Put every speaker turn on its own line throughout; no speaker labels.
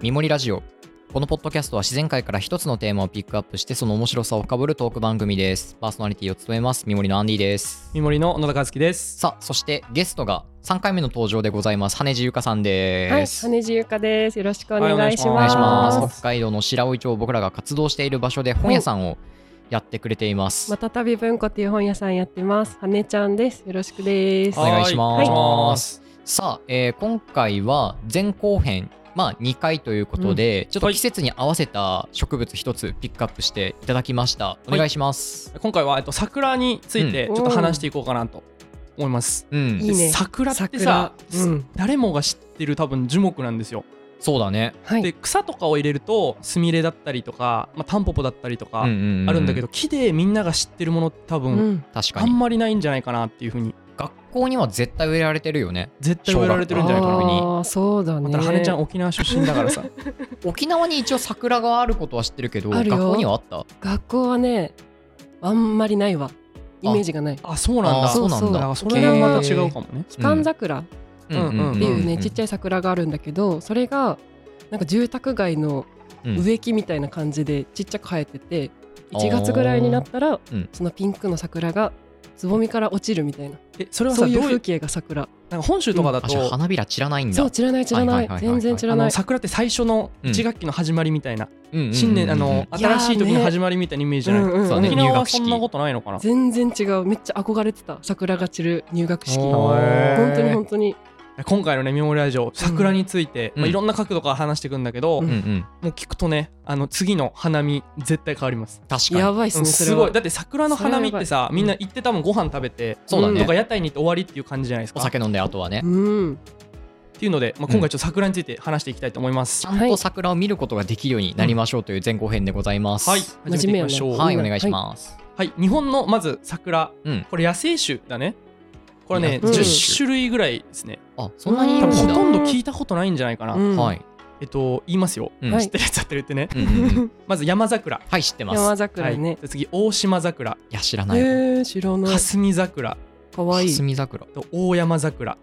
みもりラジオこのポッドキャストは自然界から一つのテーマをピックアップしてその面白さを深掘るトーク番組ですパーソナリティを務めますみもりのアンディです
みもりの野田和樹です。
さあそしてゲストが3回目の登場でございます羽地ゆかさん
はい、
です、
羽地ゆかです。よろしくお
はいお願
願
い
い
し
し
お願
ま
い
す。
します
お願いします
北海道の白老町僕らが活動している場所で本屋さんをやってくれています、
またたび文庫っていう本屋さんやってます。羽ちゃんです。よろしくです。
お願いします
はお願いします
さあ、えー今回は前後編まあ2回ということで、ちょっと
はい
季節に合わせた植物一つピックアップしていただきましたお願いします、
今回はえっと桜についてちょっと話していこうかなと思います。
うん
いいね
桜ってさ
桜、うん
誰もが知ってる多分樹木なんですよ。
そうだね
は
で
い。
草とかを入れるとスミレだったりとか、まあ、タンポポだったりとか
うんうんう
あるんだけど、木でみんなが知ってるものって多
う
分、
ん。
確か
あ
に
んまりないんじゃないかなっていうふうに
学校には絶対植えられてるよね
絶対言われてるんじゃないか
小学
な。
校
ああ、そうだ
ま
ね。
た羽根ちゃん沖縄出身だからさ
沖縄に一応桜があることは知ってるけど
あるよ
学校にはあった
学校はね、あんまりないわ。イメージがない。
あそうなんだ
あそうなんだ
だからそれはまた違うかもね
期間桜って
うんうんうん
いうね、ちっちゃい桜があるんだけど、それがなんか住宅街の
うん
植木みたいな感じでちっちゃく生えてて、
あー
1月ぐらいになったら
うん、
そのピンクの桜がつぼみから落ちるみたいな。
えそれは
そ
さ
うい
ど
う
うい
風
う
景が桜。
なんか本州とかだ
あじゃあ
と
花びら散らないんだ
そう、散らない散らな
はい
い
はいはい。はい
全然散ら
あ
ない
の。桜って最初の1学期の始まりみたいな、
うんうんうんうん
新年あの
いやー
新しい時の始まりみたいなイメージじゃない、
うんうんうん
そうね
沖縄
入
は
学式
そんなことないのかな
全然違うめっちゃ憧れてた桜が散る入学式
おー
本当に本当に
今回のね「メモリラジオ」桜について、
うん
まあ、いろんな角度から話していくんだけど、
う
うん
も
うん
う聞くとねあの次の花見絶対変わります
確か
や
に
ばいっすねそ
す
れは
ごいだって桜の花見ってさ
それはやばい
みんな行って多分ご飯食べて、
そうだ
とか
ね
屋台に行って終わりっていう感じじゃないですか
お酒飲んであとはね
うん
っていうので、まあ、今回ちょっと桜について話していきたいと思います
ち、ゃんと桜を見ることができるようになりましょうという前後編でございます
はい
ん
始めていきましょう、
真
は
はいい、
お願いします
日本のまず桜、
うん
これ野生種だねこれね、
うん
10種類ぐらいですね
あそんなにい
多
るん
分ほと
だ
んど聞いたことないんじゃないかな、
うん
はい
えっと言いますよ
うん
は
知っ
い
てるやつだったら言ってね
うんうんうん
まず山桜
はい知ってます
山桜
はい
ね
で次大島桜
いや知ら
え
ないわ
ー知らない
霞桜
かわいい
霞桜
と大山桜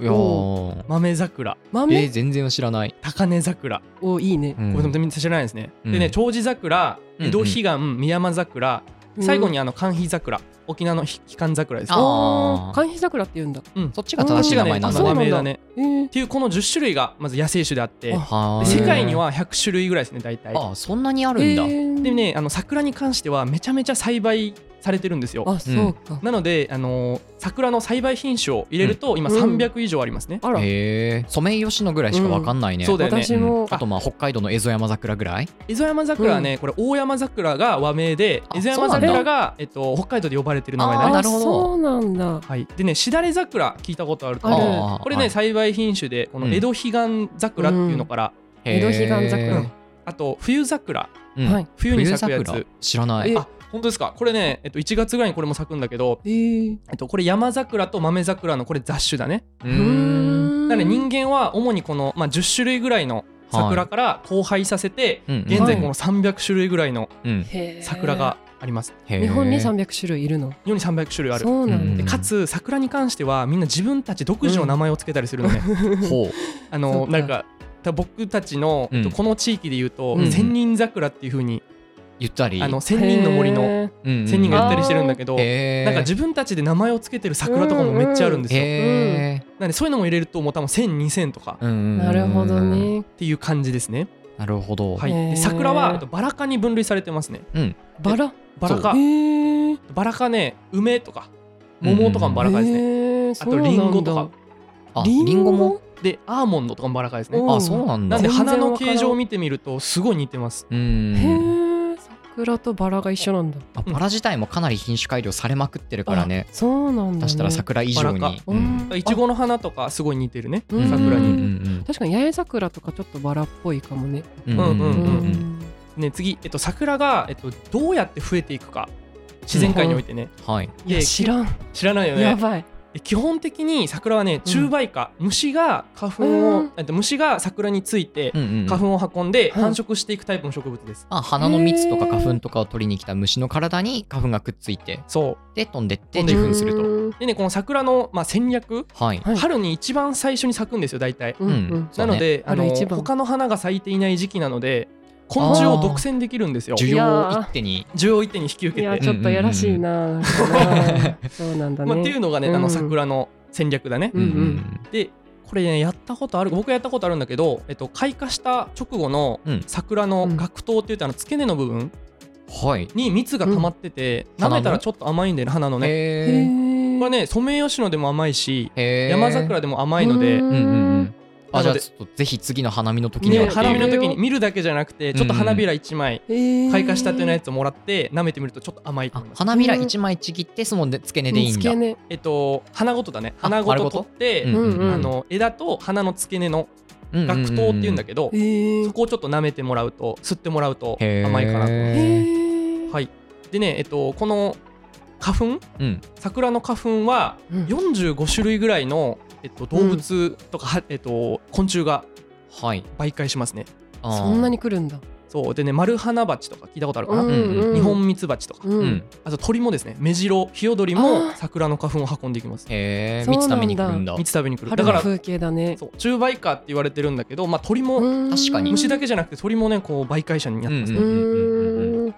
いやー
豆桜
え
豆
ー全然知らない
高根桜
おいいね
うん
これでもみんな知らないですね、
うん
でね長寿桜
うん
江戸彼岸、三山桜最後にあの寒肥桜沖縄のひ彼岸桜ですね
あ
あ
ー
あ寒肥桜って言うんだ
うん
そっちが正しい名前なんだ
あ
ね
そ
名
うなんだ
前だね
えー
っていうこの10種類がまず野生種であって
あ
は
で
い
世界には100種類ぐらいですね大体
あそんなにあるんだ
えー
でねあの桜に関してはめちゃめちゃ栽培されてるんですよ
あそうか
なので、あのー桜の栽培品種を入れると今300以上ありますね、
あら
へえソメイヨシノぐらいしかわかんないね、
うんそうだよね
私も
あとまあ北海道の蝦夷山桜ぐらい
蝦夷山桜はね、これ大山桜が和名で
あ
蝦夷山
そうな
桜
ん
が、えっと、北海道で呼ばれてる名前だ
あ
ね
な
あ
るほど
そうなんだ
はい、でねしだれ桜聞いたことあると
ある
思う
あー
これね、
はい
栽培品種でこの江戸彼岸桜っていうのから、
江戸彼岸
へ
桜
ー
あと冬桜
うん
はい
冬に
冬
咲くや
桜
つ
知らない
え
あ本当ですかこれね、えっと、1月ぐらいにこれも咲くんだけど、
えー
えっと、これ山桜と豆桜のこれ雑種だね
う
う
ーん
ーん
なので人間は主にこの、まあ、10種類ぐらいの桜から交配させて、現在この300種類ぐらいの
うん
へー
桜があります。
へー
日本に300種類いるの
日本に300種類ある。
そうな
うん
ん
で
だ
かつ桜に関してはみんな自分たち独自の名前をつけたりするのね。
ほう
あ
そ
の
うか
なんかた僕たちの、
うん
えっとこの地域で言うと、
うん
千人桜っていう風に
言ったり
あの千人の森の
へー
千人が
や
言ったりしてるんだけど、
へー
なんか自分たちで名前をつけてる桜とかもめっちゃあるんですよ。
へー
なんでそういうのも入れるともう多分1000、2000とか
うんうんうん
なるほどね
っていう感じですね。
なるほど
はい。
へ
で
ー
桜はあとバラ科に分類されてますね。
バラ
バラ科
へー
バラ科ね梅とか桃とかもバラ科ですね。
へー
あ
そう
と
なんだ
リンゴとか
あリンゴも
でアーモンドとかもバラ科ですね。
お
あそうなんだ
なんで
全然
花の
わからん
形状を見てみるとすごい似てます。
う
へ
ん
ー桜とバラが一緒なんだ
あバラ自体もかなり品種改良されまくってるからね
そうなんだ
出
ね
したら桜以上に
バラか
うん
うん
いちごの花とかすごい似てるね。
うん
桜に
うんうん
確かに八重桜とかちょっとバラっぽいかもね
うんうんうんうんうん
ね次えっと桜がえっとどうやって増えていくか自然界においてね。
はい
いや
で
知らん
知らないよ
や
ね。
ばい
で基本的に桜はね虫媒花、虫が花粉を、
うん
えっと虫が桜について
うんうんうん
花粉を運んで
うん
繁殖していくタイプの植物です。
あ花の蜜とか花粉とかを取りに来た虫の体に花粉がくっついて
そう
で飛んでって
飛んでい
受
く
粉すると
うん
でねこの桜の、まあ、戦略、
はい。
はい
春に一番最初に咲くんですよ大体。
うんうん
そ
な
うね
ので、あの
春一番
他の花が咲いていない時期なので昆虫を独占できるんですよ。
需
いや
要を
ー
一手に。
需要一手に引き受
い
け
や
て。
ちょっとやらしいな,、なんかなそうなんだね、
まあ、っていうのがね、あ
う
の
ん
桜の戦略だね。
うんうん
でこれねやったことある僕やったことあるんだけど、えっと、開花した直後の
うん
桜の学頭って言ってあの付け根の部分
はい。
に蜜が溜まってて、
うん
舐めたらちょっと甘いんだよね花のね。
へ
へー
ー
これねソメイヨシノでも甘いし
へー
山桜でも甘いので
う。
うんうんうん。あ、じゃあ
なので
ちょっとぜひ次の花見の時には
ね、
っていう
花見の時に
えー
見るだけじゃなくてちょっと花びら1枚開花したてのやつをもらって舐めてみるとちょっと甘いと
あ
思います。
花びら一枚ちぎってその付け根でいいんだ。
付け根
えっと花ごとだね
あ
花ご
丸
と
ごと
取っ
う
て、
んうんうん
あの枝と花の付け根の
うんうんうん
学頭っていうんだけど、
えー
そこをちょっと舐めてもらうと吸ってもらうと
へー
甘いかなと。
えー
はい、でね、えっと、この花粉
うん。
桜の花粉は
うん
45種類ぐらいの、えっと、動物とか、はえっと、昆虫が
はい。
媒介しますね。
あー
そんなに来るんだ
そうでね丸花鉢とか聞いたことあるかな、
ん
日本ミツバチとか、
う
うんん。
あと鳥もですねメジロヒヨドリ
あ
も
ー
桜の花粉を運んできます
へえ。
そうなんだ
蜜食べに来るんだ。
蜜食べに来るだ
春
か
の
ら
風景だね
そう虫媒花って言われてるんだけど、まあ、鳥も、
確かに
虫だ
け
けじゃなくて鳥もねこう媒介者になってますね、
うんうん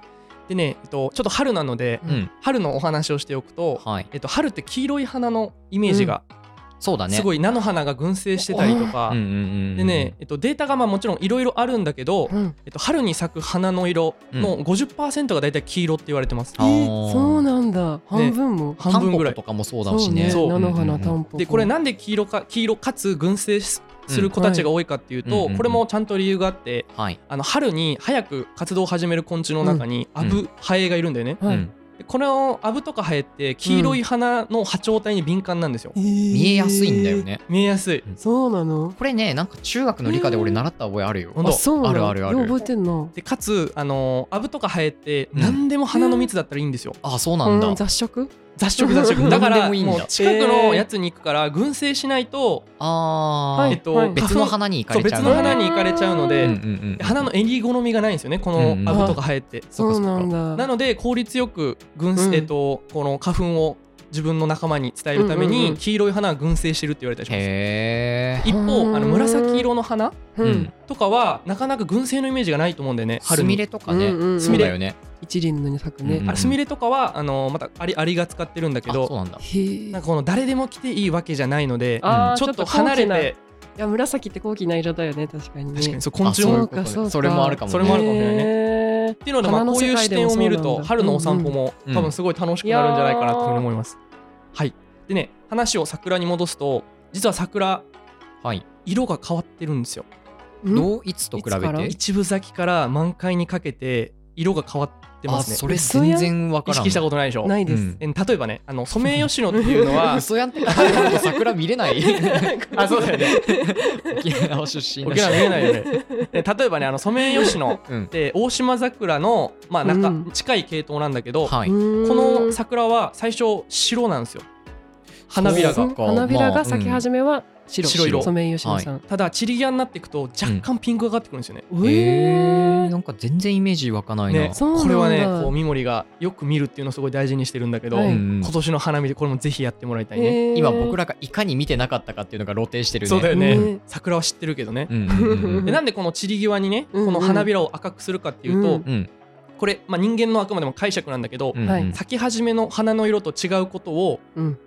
でね、えっと、ちょっと春なので
うん。
春のお話をしておくと、
はい。
えっと、春って黄色い花のイメージが
そうだね。
す
い。
ごい菜の花が群生してたりとか、
うんうんうん。
でね、。えっと、データがまあもちろんいろいろあるんだけど、えっと、春に咲く花の色の50%がだいたい黄色って言われてます。
あー
そうなんだ半分も
タ
半
ン
分
ポ
ぐら
ポ
い
と。かもそうだ
そ
し
うね
ね。
そう
菜の花
うん
タンポポ
でこれなんで黄色か黄色かつ群生すする子たちが多いかっていう
うんうん
と、
うんうん
これもちゃんと理由があって
はい。
あの春に早く活動を始める昆虫の中にアブ、ハエがいるんだよね。
はい
うん
でこのアブとかハエって黄色い花の波長帯に敏感なんですよ。
見
見
えやすいんだよね。
見えやすい。
そうなの
これね、なんか中学の理科で俺習った覚えあるよ。
本当
あそうなの
あるあるある
よう覚えてんの
でかつあのアブとかハエって
うん
何でも花の蜜だったらいいんですよ。
あ、そうなんだ
うん。雑食
雑食雑食だか
何で
ら
もいいんだ
もう近くのやつに行くから群生しないと、
あ
は
ー
い
えっと
はい
別の花に行か
そう
れちゃ
別
う
の
んだ
花
ね。
に行かれちゃうので、
別
うんうんうん
花の襟好みがないんですよねこの
うん
アブとか生えて、
そっか
そ
そっ
う
か
なんだ
なので効率よく群
う
生、
ん
えっとこの花粉を自分の仲間に伝えるため
うんうんう
に
ん
黄色い花は群生してるって言われたりします
へえ。
一
う
方
ん
あの紫色の花
う
うんん。
とかはなかなか群生のイメージがないと思うんだよね
ス
春
ミ
に
レとかね
うんうんう。ん
そうだよね。
一輪のに咲く
うん
ね
あれスミレとかはあのまたアリアリが使ってるんだけ
あ、そう
ど
なんだ。
へえ
なんかこの誰でも来ていいわけじゃないので
あー
ちょっと離れ
高貴な
て
いや紫って高貴な色だよね確かにね
確かにそう昆
あ、
虫
そうい
も
う
っ
ことね
そうかそうか
それもあるかもね。
それもあるかもしれないね
ね
ていうので、まあ、
花の
こういう視
世界で
点
も
を
そうな
見
んだ
ると春のお散歩も
うんうん
多分すごい楽しくなるんじゃないかなというふうに思います。はい、でね話を桜に戻すと実は桜
はい。
色が変わってるんですよ。
う
どういつと比べ
いつから
て
一分咲きから満開にかけて色が変わってま
あ、
すね。
それ全然わか
意
らん。
識したことないでしょ
んないです、
うん
え例えばねあのソメイヨシノっていうの は
嘘やんって考えると桜見れない
あそうだよね
沖縄出身だ
沖
し
縄見えないよね。 で例えばねあのソメイヨシノ
うん
って大島桜の、まあ、なん
う
か
ん
近い系統なんだけど、
はい
こ
こ
の桜は最初白なんですよ花びら
そう
が
そうか
花びらが咲き始めは白,、
白色
ソメイヨシノさん、
ただ散り際になっていくと若干ピンクがかってくるんですよね、
へえ
え
なんか全然イメージ湧かないな、
ね
そうなんだ
これはねこうミモリがよく見るっていうのをすごい大事にしてるんだけど、
はい
うん
今年の花見でこれもぜひやってもらいたいね、
え
今僕ら
ら
がいかに見てなかったかっていうのが露呈してるね
そうだよね、
ね
桜は知ってるけどね、
うんうんうんうん
でなんでこの散り際にね
うんうん
この花びらを赤くするかっていうと、
うん
うん
これ、まあ、人間のあくまでも解釈なんだけど、
うんうん
はい
咲き始めの花の色と違うことを
うん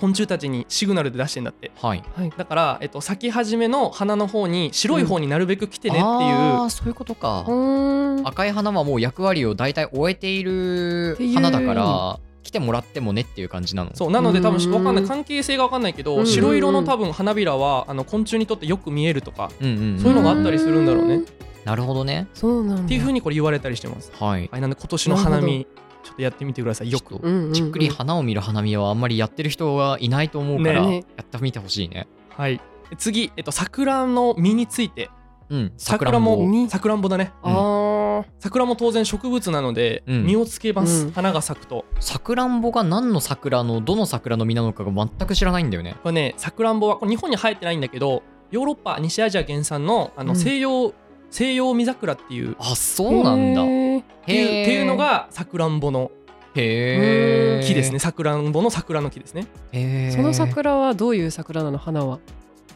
昆虫たちにシグナルで出してんだって
はい
はい
だから、えっと、咲き始めの花の方に白い方になるべく来てねっていう、
あーそういうことか
うーん
赤い花はもう役割を大体終えている
ていう
花だから来てもらってもねっていう感じなの
そうなので多
う
分
ん
わかんない関係性がわかんないけど、
うん
白色の多分花びらはあの昆虫にとってよく見えるとか、
う,、んうんん、
そういうのがあったりするんだろうね
ー
なるほどね
そうなんだ
っていうふう
に
にこれ言われたりしてます。
はい
はい、なんで今年の花見ちょっとやってみてくださいよ
ちょ
く
っ。とじっくり
は
花を見る花見はあんまりやってる人はいないと思うから、
ね
やってみてほしいね
はい次、えっと、桜の実について
うんさ
桜
くらんぼ
も桜んぼだね
うん
あ
桜も当然植物なので、
うん
実をつけます、
うん
花が咲くと
さくらんぼが何の桜のどの桜の実なのかが全く知らないんだよね
これね桜んぼはこれ日本に生えてないんだけどヨーロッパ西アジア原産のあ
う
の
ん
西洋、西洋実桜っていう
あ
ー
そうなんだ
へー
っていうっていうの
へー
がさくらんぼの
へえ。
木ですね。桜んぼの桜の木ですね
へえ。
その桜はどういう桜なの花は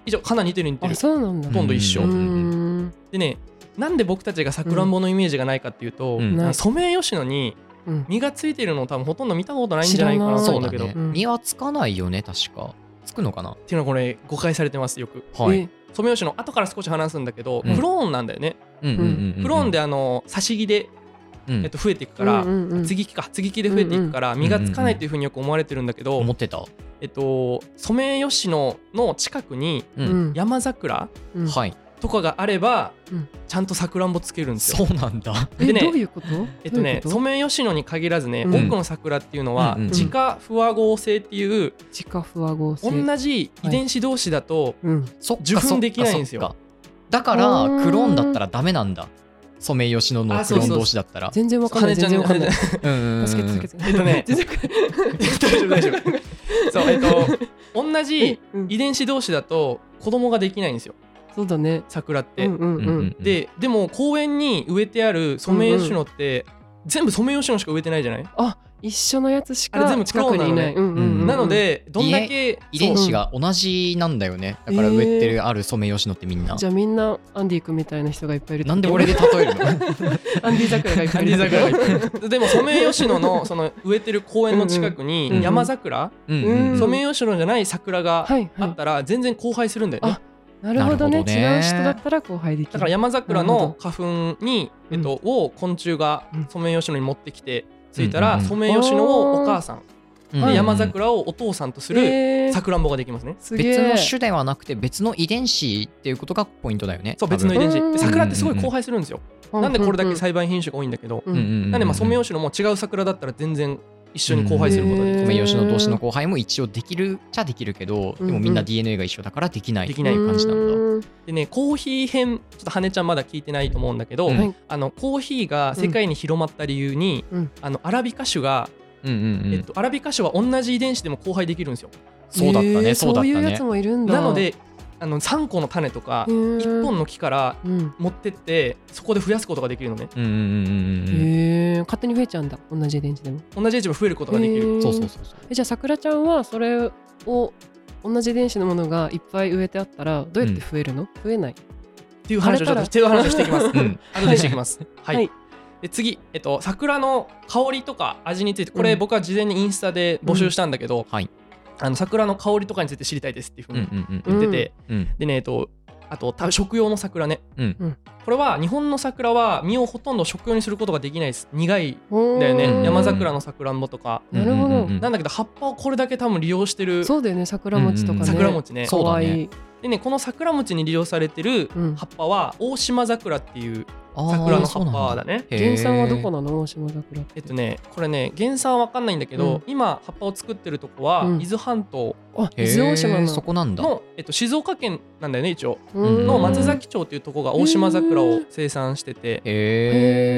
以上花似てる似て
あ
る
そうなんだ
ほとんど一緒
う
うんんうん
でねなんで僕たちがさくらんぼのイメージがないかっていうと、
うん
あのソメイヨシノに
うん
実がついてるのを多分ほとんど見たことないんじゃないかなと
そ
思う
うんだ
だけど、
ね
っ。
うん
実はつかないよね、確か。つくのかな
ていうのはこれ誤解されてますよく
はい。
え
ソメイヨシノ後から少し話すんだけど、
うん
クローンなんだよね
うんうんうんうん
クローンで、あの差し木で、
うん
えっと、増えていくから、
うんうんうん
継ぎ木か継ぎ木で増えていくから
ん
実がつかないというふうによく思われてるんだけど、
思ってた。
えっと、ソメイヨシノの近くに
う。
うんん
山桜
うん
はい。
とかがあれば、
うん
ちゃんとさくらんぼつけるんですよ。
そうなんだ。
え
でね
どういうこと
えっとね、
どういう
ソ
こ
メイヨシノに限らずね、
うん
多くの桜っていうのは、
うんうん
自家不和合成っていう
と地下不和合成
同じ遺伝子同士だと、
うん
そっか
受粉できないんですよ。
そっかそっかだから
うーん
クローンだったらダメなんだ。ソメイヨシノの
あ
ク
そう
ロー
そう
ン同士だったら。
全然わかんない
羽
全
ちゃ
然
ん
わかんない
うん
助けて助けて
えっとね
全然わかんない
大丈夫大丈 夫そうえっ と同じ
うん
遺伝子同士だと子供ができないんですよ
そうだね
桜って、
うんうんうん
で、
ででも公園に植えてあるソメイヨシノって、全部ソメイヨシノしか植えてないじゃない、
あ一緒のやつし
あれ
か
全部クロー
近く
ンな
に
の
い
ね
ないうんうんうん
なのでどんだけ
遺
そう
伝子が同じなんだよね。だから
えー
植えてるあるソメイヨシノってみんな。
じゃあみんなアンディ君みたいな人がいっぱいいる
なんで俺で例えるの
アンディ桜がいっぱいいる
管理桜がいっぱいでもソメイヨシノのその植えてる公園の近く
うんう
に
ん
山桜、
うん
うん
ソメイヨシノじゃない桜が
はい
あ
は
っ
い
たら全然交配するんだよね、
あなるほど
なる
ね
ほどね
違う人だったら後輩できる
だから山桜の花粉に、え
な
っ
るほ
と、を昆虫が
うん
ソメイヨシノに持ってきてついた
うん
ら
うんうん
ソメイヨシノをお母さん
うん
で山桜をお父さんとする
えー
さくらんぼができますね。
すげ
別の
え
種ではなくて別の遺伝子っていうことがポイントだよね。
そう別の遺伝
う
子
ん
で桜ってすごい交配するんですよ。なんでこれだけ栽培品種が多いんだけど
う
多分うん
ん
うんうん
なんでまあソメイヨシノも違う桜だったら全然一緒に交配することができ
へ
る
ー
ソメイヨシノ同士の後輩も一応できるっちゃできるけど、でもみん
う
なん DNA が一緒だからできない。
できない
感じなんだ
うん
でねコーヒー編ちょっと羽根ちゃんまだ聞いてないと思うんだけど、
うん
はい
あのコーヒーが世界に広まった理由に、
うん
あのアラビカ種が、
うんうんうん
えっと、アラビカ種は同じ遺伝子でも交配できるんですよ。
そうだった
え
ね、
ー
そうだった
そういうや
ね
つ。もいるんだ
なのであの3個の種とか1
1
本の木から
うん
持ってってそこで増やすことができるのね
うんうんうんうんうん
へえ勝手に増えちゃうんだ同じ遺伝子でも
同じエッジも増えることができ
へ
る
ー
そうそうそうそう。
えじゃあさくらちゃんはそれを同じ電子のものがいっぱい植えてあったらどうやって増えるの、増えない
っていう話をちょっ
あ
と
れ
っていう話をしていきます
うん
後でしていきますはい、
はい
で次、えっと、桜の香りとか味についてこれ
うん
僕は事前にインスタで募集したんだけど、
はい
あの桜の香りとかについて知りたいですっていうふう
うんう
に
ん
言ってて、
うんうん
でねえっとあと多分食用の桜ね、
うん
うん
これは日本の桜は実をほとんど食用にすることができないです苦いんだ
だ
よ
う
ね
ん
山桜のさくらんぼとか
うん
なるほど
うんうんうん
なんだけど葉っぱをこれだけ多分利用してる
そうだよね桜餅と
う
かね、
んうん
桜餅ね、
そ
か
うだ
わ
ね
いい
でねこの桜餅に利用されてる
うん
葉っぱは大島桜っていう
あー
桜の葉
そう
っ
な
ぱ
ん
だね
へー
原産はどこなの大島桜って
えっとねこれね原産は分かんないんだけど、
うん
今葉っぱを作ってるとこは、
うん
伊豆半島
あ
へー
伊豆大島の
そこなんだ。
の、えっと、静岡県なんだよね一応
うん
の松崎町っていうとこが大島桜を生産してて、
へ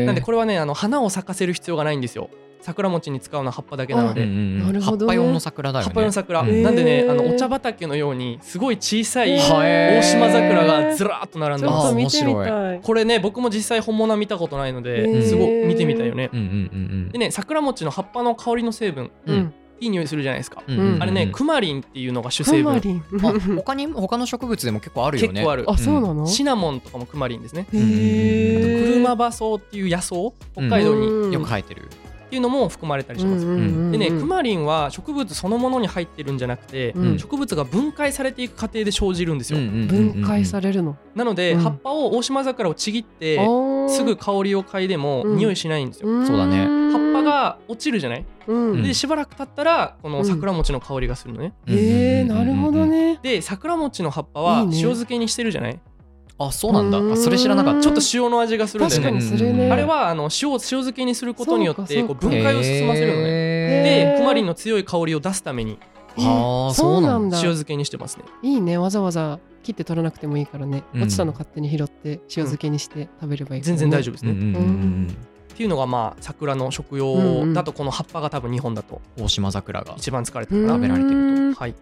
え。
なんでこれはねあの花を咲かせる必要がないんですよ桜餅に使うのは葉っぱだけなの
うん
で。
うんうん
なる
葉
ほ
っ
どね
ぱ用の桜だよ
葉
ね。
っぱの桜、
うん
なんでね
へー
あのお茶畑のようにすごい小さい
へー
大島桜がずらーっと並ん
ち
で
ょ
ま
っ
す
と見てみたい
これね僕も実際本物は見たことないので、
へー
すごい見てみたいよね、
うんうんうん
でね桜餅の葉っぱの香りの成分
うん
うん
いい匂いするじゃないですか、
うんうんうん。
あれねクマリンっていうのが主成
クマ
分
リン
あ他に他の植物でも結構あるよね。
結構ある
あそうな
の。
の、
シナモンとかもクマリンですね
んあと
へー
車馬草っていう野草北海道にっ
うん
よく生えてる。
ていうのも含まれたりします、
うんうんうんうん
でねクマリンは植物そのものに入ってるんじゃなくて、
うん
植物が分解されていく過程で生じるんですよ、
分解さ
れ
れるの、
なので、
うん
葉っぱを大島桜をちぎって
あー
すぐ香りを嗅いでも
うん
匂いしないんですよ、
ん
そうだね
葉っぱ、が落ちるじゃない、
うん
うん
でしばらく経ったらこの桜餅の香りがするのね、
へえなるほど。ね
で桜餅の葉っぱはい
い
塩
ね
漬けにしてるじゃない
あそうなんだ。あそれ知らなかった。
ちょっと塩の味がするんだよ
確
ね
かにする
う
ね
ん
あれはあの塩を塩漬けにすることによっ
そ
て
うか
こ
そううか
分解を進ませるのね。
ね
で
へー
クマリンの強い香りを出すために
ああそうなん
塩
だ。
だ
漬けにしてますね。
いいねわざわざ切って取らなくてもいいからね、
うん
落ちたの勝手に拾って塩漬けにして食べればいいか
全
らね、
然大丈夫です
うん
ね。
うんうんうん
っていうのがまあ桜の食
うんう
用
ん
だとこの葉っぱが多分日本だと
大島桜が。
一番使われて
う
る
ん
か
食べられてると
な。はい。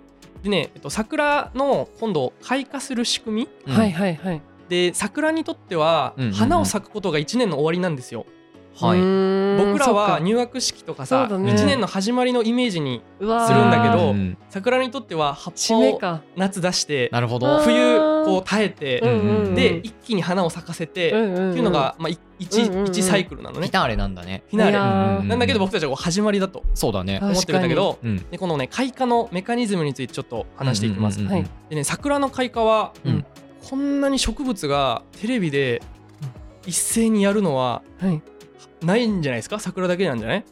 でね、えっと、桜の今度開花する仕組み
うん
はいはいはい
で桜にとっては
うんうんうん
花を咲くことが1年の終わりなんですよ。
はいう
ーん
僕らは
そっか
入学式とかさ、
そうだ
ね
1年の始まりのイメージに
うわー
するんだけど
ううん
桜にとっては葉っぱ
締め
を
か。
夏出して
なるほ
あ
ど
ー
冬こう耐え
う
て、
んうんうん
で一気に花を咲かせて、
うんんん
っていうのが、まあ、い一
うんうんうん
一サイクルなの
フィ
ね。
ターレなんだね
フィナ
いや
ー
ー
うん
レ。なんだけど僕たちはこう始まりだと
そうだね
あ
思ってるんだけど
うん
でこのね開花のメカニズムについてちょっと話していきます。
うんうんうんうん
は
でね桜の開花は、
うん
こんなに植物がテレビで一斉にやるのは
はい。
ないんじゃないですか桜だけなんじゃない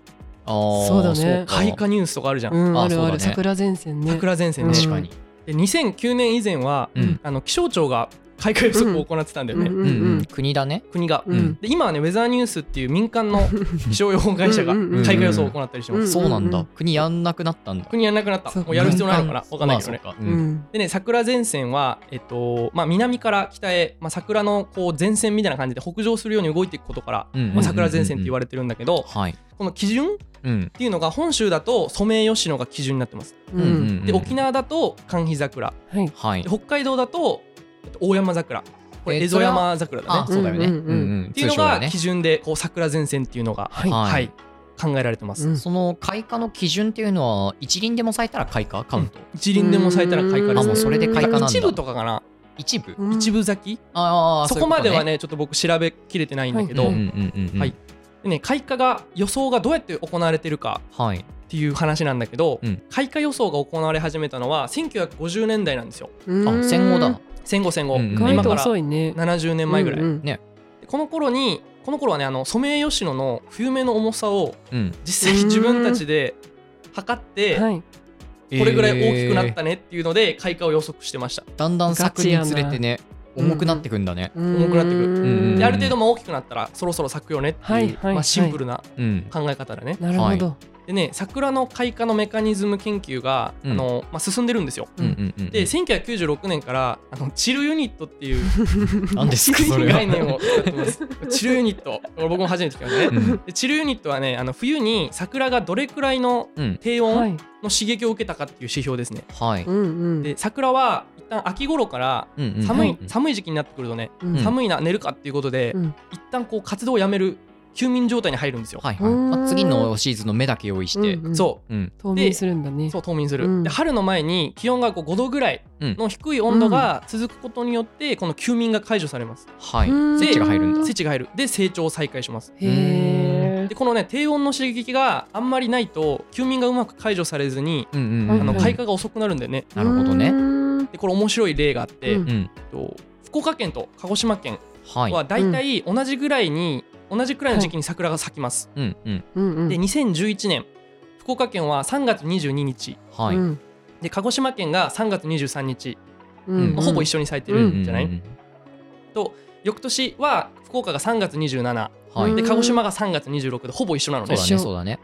あー
そうだね
か
開花ニュースとかあるじゃん。
うん、
あ
ある
そう
あ
だ
る、
ね
桜前線ね。
桜前線
うん
ね、
確かに
で2009年以前は、
うん
あの気象庁が開花予測を行ってたんだよね、
うん
う
うんん
うん国だね
国が。
うんうん
で今はねウェザーニュースっていう民間の気象予報会 社が
うんうんうん
開花予想を行ったりしてます。
うん
そうなん
う
だ
ん
国やんなくなったんだ
国やんなくなった
そう
もうやる必要ないのか
民
な
間
わかんないけどね。
まあそううかうん
ん
でね桜前線は、えっとまあ、南から北へ、まあ、桜のこう前線みたいな感じで北上するように動いていくことから、
うんうんうんうん
まあ、桜前線って言われてるんだけど
はい
この基準っ
うん
ていうのが本州だとソメイヨシノが基準になってます。
うん
うん
で沖縄だと寒肥桜
はい。
はい
で北海道だとえっと大山桜こ
え
れ
ー
蝦夷山桜だ
あ
ね。
そうだよね
うんうんうん
うんうん
っていうの
通称だ
が
ね
基準でこう桜前線っていうのが、
い
はい
はい
考えられてます。
うん
その開花の基準っていうのは一輪でも咲いたら開花カウント
一輪でも咲いたら開花です。
あもうそれで開花なんだ
一部とかかな、
一部
うん
一部咲き
ああ
そこまではねちょっと僕調べきれてないんだけ
うん
ど、
うんうんうん
はいでね、開花が予想がどうやって行われてるか
はい
っていう話なんだけど、
うん
開花予想が行われ始めたのは1950年代なんですよ
うーん
あ戦後だな
戦後戦後、
うん
意外
今
と
から
遅いね。
70年前ぐらい、
うんうん
でこの頃にこの頃はねあのソメイヨシノの冬目の重さを
うん
実際に自分たちで測って、
はい。
これぐらい大きくなったねっていうので開花を予測してました、
だんだん咲くにつれてね
ガチやな
重くなってくんだね
重
くなってくる
うん
である程度も大きくなったらそろそろ咲くよねっていう、
はいはいはい
まあ、シンプルな
うん
考え方だね
なるほど。
でね桜の開花のメカニズム研究が、
うん
あのまあ、進んでるんですよ、
うんうんうん
で1996年からあのチルユニットっていう
何ですかそれは
概 念を使ってますチルユニットこれ僕も初めて聞きました
う
ね、
ん
でチルユニットはねあの冬に桜がどれくらいの
うん
低
は
温
い。
の刺激を受けたかっていう指標ですね、
はい
うんうん。
で桜は一旦秋頃から
うんうん
寒い、
うん
寒い時期になってくるとね、
うん
寒いな寝るかっていうことで、
うん
一旦こう活動をやめる休眠状態に入るんですよ、
はいはいまあ次のシーズンの目だけ用意して
うんうん
そ
うん
冬眠するんだね。
うそう冬眠する、
うん
で春の前に気温がこう5度ぐらいの低い温度が続くことによってこの休眠が解除されます
はいう
ーん
スイッチが入るんだ
スイッチが入るで成長を再開します
へ
でこのね低温の刺激があんまりないと休眠がうまく解除されずに
うんうんう
あ
ん
の
うん
開花が遅くなるんだよね
え。
なるほどね
うーん
でこれ面白い例があって、
うん
うん
えっと福岡県と鹿児島県
はい
はだいたい同じぐらいに、同じくらいの時期に桜が咲きます、
うんうん
うんうん。
で2011年福岡県は3月22日
はい
うん
で鹿児島県が3月23日、
うん
ほぼ一緒に咲いて
う
る
んうん
んじゃない、
うん
翌年は福岡が3月27
はい
で鹿児島が3月26でほぼ一緒なの
そう
ね
だねそうだね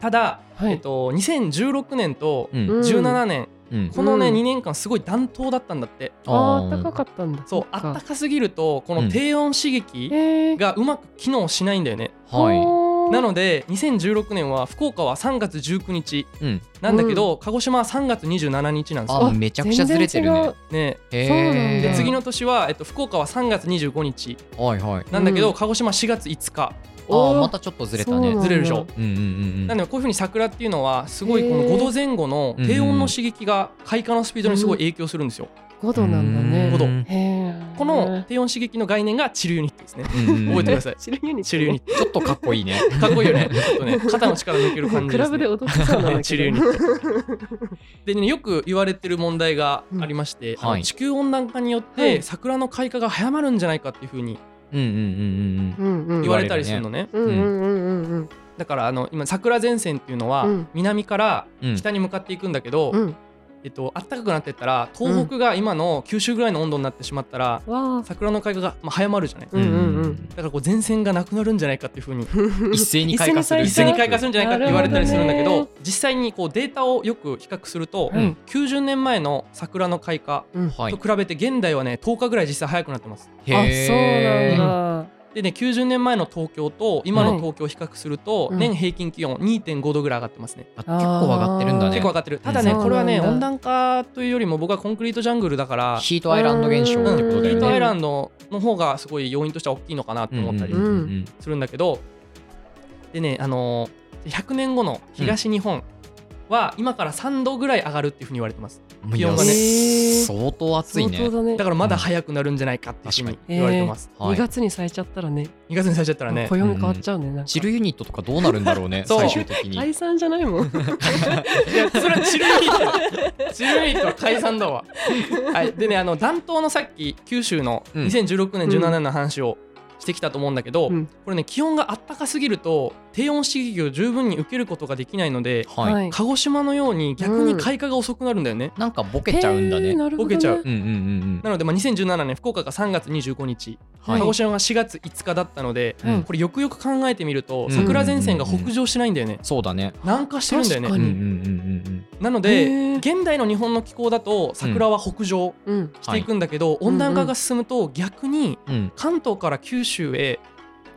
ただ、
は
えっ
い。
と、2016年と
うん
うん
17年、
うん
このね
うん
2年間すごい暖冬だったんだって
あ
ー
ー暖かかったんだ。
そう
あ
暖
っ
かすぎるとこの低温刺激
へえ。
がうまく機能しないんだよね、
は
な
の
ので2016年は福岡は3月19日
いうん
なんだけど、鹿児島は3月27日なんですよ
あめちゃくちゃずれてるね。
ね
へ
そうなんだ
ー
で
うん
次の年は、えっと、福岡は3月25日
はいはい。
なんだけど、
うん
鹿児島4月5日
あーまたちょっとずれたね
そう。なんだ
ずれるでしょ
うんうんうんう
なん
ん。
でこういうふうに桜っていうのはすごいこの
へー
5度前後の低温の刺激が開花のスピードにすごい影響するんですよ。
五度なんだ
う
ね
五。度
うん
へえ。
この低温刺激の概念がチルユニットですね。
うんうん
覚えてください。
知るように
チルユニッ
ちょっとかっこいいね。
ト。かっこいいよね。 ちょっとね肩の力抜ける 感じ
ク
で
ラ
す
ブで
ね。
踊ってそうなんだけど
チルユニッでねよく言われてる問題がありまして、
うん
あの
はい
地球温暖化によっ
は
て
い
桜の開花が早まるんじゃないかっていうふうに
うんうんうん
うんうん。
言われたりするのね。
うんうんうんうんうん。
だからあの今桜前線っていうのは
うん
南から
うんうん。
北に向かっていくんだけど、
うん。
えっと暖かくなってったら東北が今の九州ぐらいの温度になってしまったら、
わあ。
桜の開花が、まあ、早まるじゃない、
う
だ
んうんうん
からこう前線がなくなるんじゃないかっていうふうに
一斉に開花する。
一
一斉に開花するんじゃないかって言われたりするんだけ
な
ど
るほど
実際にこうデータをよく比較すると、
うん
90年前の桜の開花
うん。
はい
と。比べて現代はね10日ぐらい実際早くなってます。
へー
あ、
でね90年前の東京と今の東京を比較すると、
うん
年平均気温2.5度ぐらい上がってますね。
あ結構上がってるんだね。
結構上がってるただね
うん
これはね
そうなん
温
だ
暖化というよりも僕はコンクリートジャングルだから
ヒートアイランド現象ってことだ
ヒ
よ
ー
ね。
トアイ
ン
ランドの方がすごい要因としては大きいのかなと思ったり
うんうんうん
するんだけど、でね、あのー100年後の東日本は今から3度ぐらい上がるっていうふうに言われてます。
もう
気温が
ね
いや相当暑いね。
相当だね。
だからまだ早くなるんじゃないかっていうふうに言われてます。
は
2
い
月に咲いちゃったらね、
2月にされちゃったらね、
暦変わっちゃうね。なんか
チルユニットとかどうなるんだろうね
そう
最終的に。
解散じゃないもん。
いやそれはチルミートチルミートは解散だわ、はい、でねあの暖冬のさっき九州の
うん
2016年17年の話をしてきたと思うんだけど、
うん
これね気温があったかすぎると低温刺激を十分に受けることができないので
はい、
はい
鹿児島のように逆に開花が遅くなるんだよね、
なんかボケちゃうんだね。
へー
うん
なるほどね
ボケちゃう
うんうんうん。
なので、まあ、2017年福岡が3月25日、
はい
鹿児島が4月5日だったので、
うん
これよくよく考えてみると
うん
桜前線が北上してないんだよね、
そうだね。
南下してるんだよ
う
ね
ん
確
う
うん
う
ん
んうん
なの
へ
で
ー
現代の日本の気候だと桜は北上、
うん。
していくんだけど、温暖化が進むと逆に
うん。うん。
関東から九州へ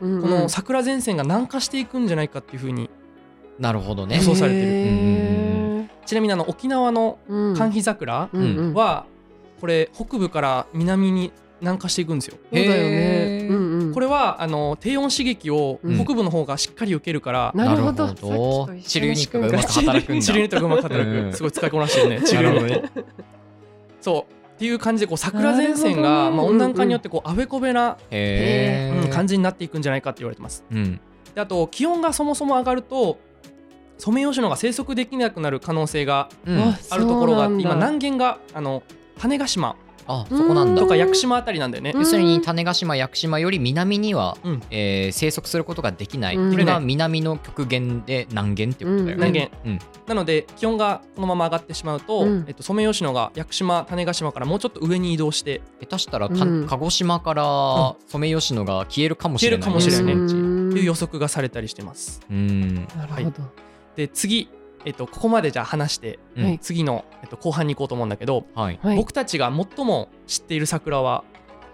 こ
この桜前線が南下していくんじゃないかっていうふうに
なるほどね
予。想されてる
る。
ちなみにあの沖縄の
うん
寒肥桜
うんうん
はこれ北部から南に南下していくんですよ。
そうだよ
へー
ね。うんうん
これはあの低温刺激を
うん
北部の方がしっかり受けるから、
なるほど
なるほど
さっきと一緒の
チルユニットがうまく働くんだ。
チルニとかうまく働
うん
くすごい使いこなしてるねチルニね。そうっていう感じでこう桜前線
な
が、
るほどね
まあ、温暖化によってこうあべこべな、
へ
うん
え。
感じになっていくんじゃないかって言われてます。
うん。
であと気温がそもそも上がるとソメイヨシノが生息できなくなる可能性が
うん
あ
あるところがあって
そう
今
なんだ
南限があの種子島
あそこなんだ
と。か屋久島あたりなんだよね。
うん
要するに種子島屋久島より南には、
うん
えー生息することができない、
うん
これが南の極限で南限っていうことだよね。
南限、
うん
なので気温がこのまま上がってしまうと、
うん
えっと、ソメイヨシノが屋久島種子島からもうちょっと上に移動して
下手したらか、
うん
鹿児島からソメイヨシノが消えるかもしれない、
消えるかもしれないね
うん
という予測がされたりしてます。
うん
なるほど。
で次、えっと、ここまでじゃあ話して
うん
はい
次の、えっと、後半に行こうと思うんだけど、
はい
はい
僕たちが最も知っている桜は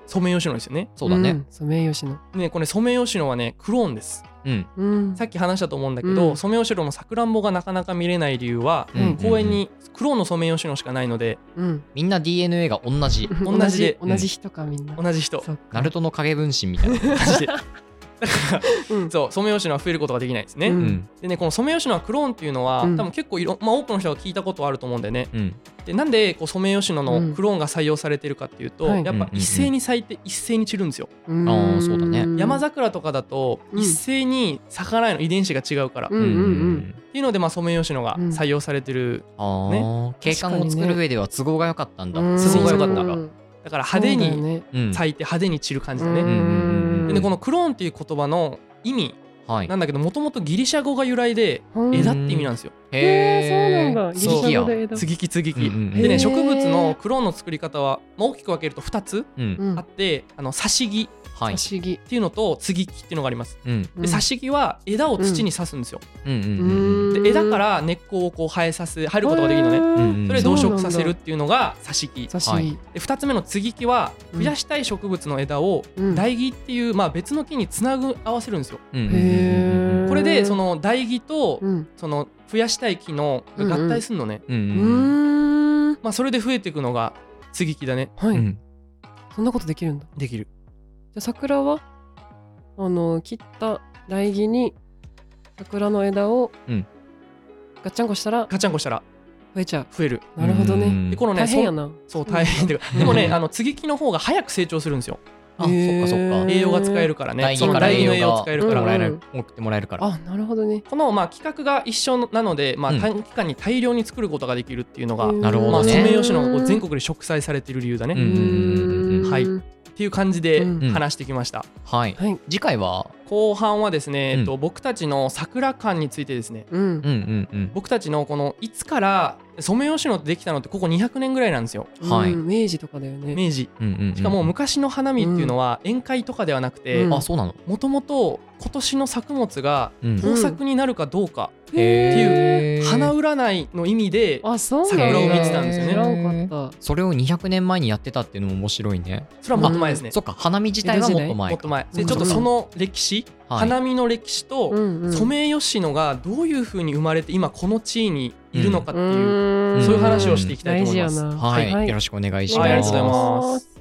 ソメイヨシノですよね。
そうだね
ん。ソメイヨシノ。
ねこれソメイヨシノはねクローンです。
うん、
うん
さっき話したと思うんだけど、
うん
ソメイヨシノもさくらんぼがなかなか見れない理由は、
うん
うん
公園にクローンのソメイヨシノしかないので
うん
みんな DNA が同じ
同じで
同じ人かみんな。
同じ人
そっか
ナルトの影分身みたいな感
マジで
う ん
そうソメイヨシノは増えることができないですね、
う
じ。
ん
でねこのソメイヨシノはクローンっていうのは、
うん
多分結構いろ、まあ、多くの人が聞いたことあると思うんでね
うん
でなんでこうソメイヨシノ
う
の
ん
クローンが採用されてるかっていうと、
はい
やっ
うんうん
ぱ
うん
一斉に咲いて一斉に散るんですよ、
うん
あーそうだね
山桜とかだと
うん
一斉に咲かないの遺伝子が違うから、
う
うんん
う
うんん
う
うんん
っていうので、まあ、ソメイヨシノが採用されてる、
ああ、景観
確か
を
にね
作る上では都合が良かったんだ。
うん
すごい良かった
う
か
ん
だから派手
そうだよ
に
ね
うん
咲いて派手に散る感じだね、
うん
うん
でねこのクローンっていう言葉の意味
はい
なんだけどもともとギリシャ語が由来で
うん
枝って意味なんですよ。
へーそうなんだ。
ー
ギリシャ語
好きや
で枝。
継ぎ木継ぎ木。
うんうん
で
へ
ね
ー
植物のクローンの作り方は、まあ、大きく分けると2つ
うん
うん
あって、あの挿し木っ
はい
不思議。
ていうのと継ぎ木っていうのがあります。
うん
で挿し木は枝を土に刺すんですよ。
うんうんうん
で
で枝から根っこをこう生えさせ生えることができるのね。
うん
それで動植させるっていうのが挿し木。
刺
は
身
い。
で2つ目の継ぎ木は増やしたい植物の枝を
うん
台木っていう、まあ、別の木につなぐ合わせるんですよ。
うんうんうん
へー
これでその台木と
うん。
その増やしたい木の
うんうん
合体するのね、
うん
う
うん
ーん。
まあ、それで増えていくのが接ぎ木だね
は
う
い。
ん
そんなことできるんだ。
できる
じゃあ桜はあの切った苗木に桜の枝を
うん
ガッチャンコしたら
ガチャンコしたら
増えちゃ
増える
う。なるほど
う
ね。
ん
でこのね
大変やな。
そうそう大変で
うん
でもねあの接ぎ木の方が早く成長するんですよ
あそっかそっか
へー
栄養が使えるからね
大
そ
義
の
から
大
栄
義の
養
栄養を
が
使えるから
も
うん
らえる送ってもらえるから
あ、なるほどね。
このまあ規格が一緒なのでま
う
あ
ん
短期間に大量に作ることができるっていうのが
うん
なるほ
ま
ど
あ
ね
ソメイヨシノがこう全国で植栽されてる理由だ
う
ね
ん
うん
はい
うん
っていう感じで
うん
話してきました
はい
はい。
次回は
後半はですね
うん
えっと僕たちの桜館についてですね
うん
う。んうんうん
僕たちのこのいつからソメイヨシノってできたのってここ200年ぐらいなんですよ
はい
うん明治とかだよね。
明治
うんうんうん
しかも昔の花見っていうのは宴会とかではなくて、
うん
あそうなの
もともと今年の作物が
うん
豊作になるかどうか
へ
って
へ
い
ー
う花占いの意味で
あ、そうなんだ。
桜を見てたんですよね
知らんかった。
それを200年前にやってたっていうのも面白いね
それはもっと前ですね、
そっか花見自体はもっと前
もっと前
う
で
ん
ちょっとその歴史、
花
花見の歴史と
ん
ソメイヨシノがどういうふうに生まれて今この地位にいるのかっていう、
ん
そういう話をしていきたい
大
と思
事
い
や
ます。
な。
はい
はい
よろしくお願いし
は
ま
いありが
す
とうございます。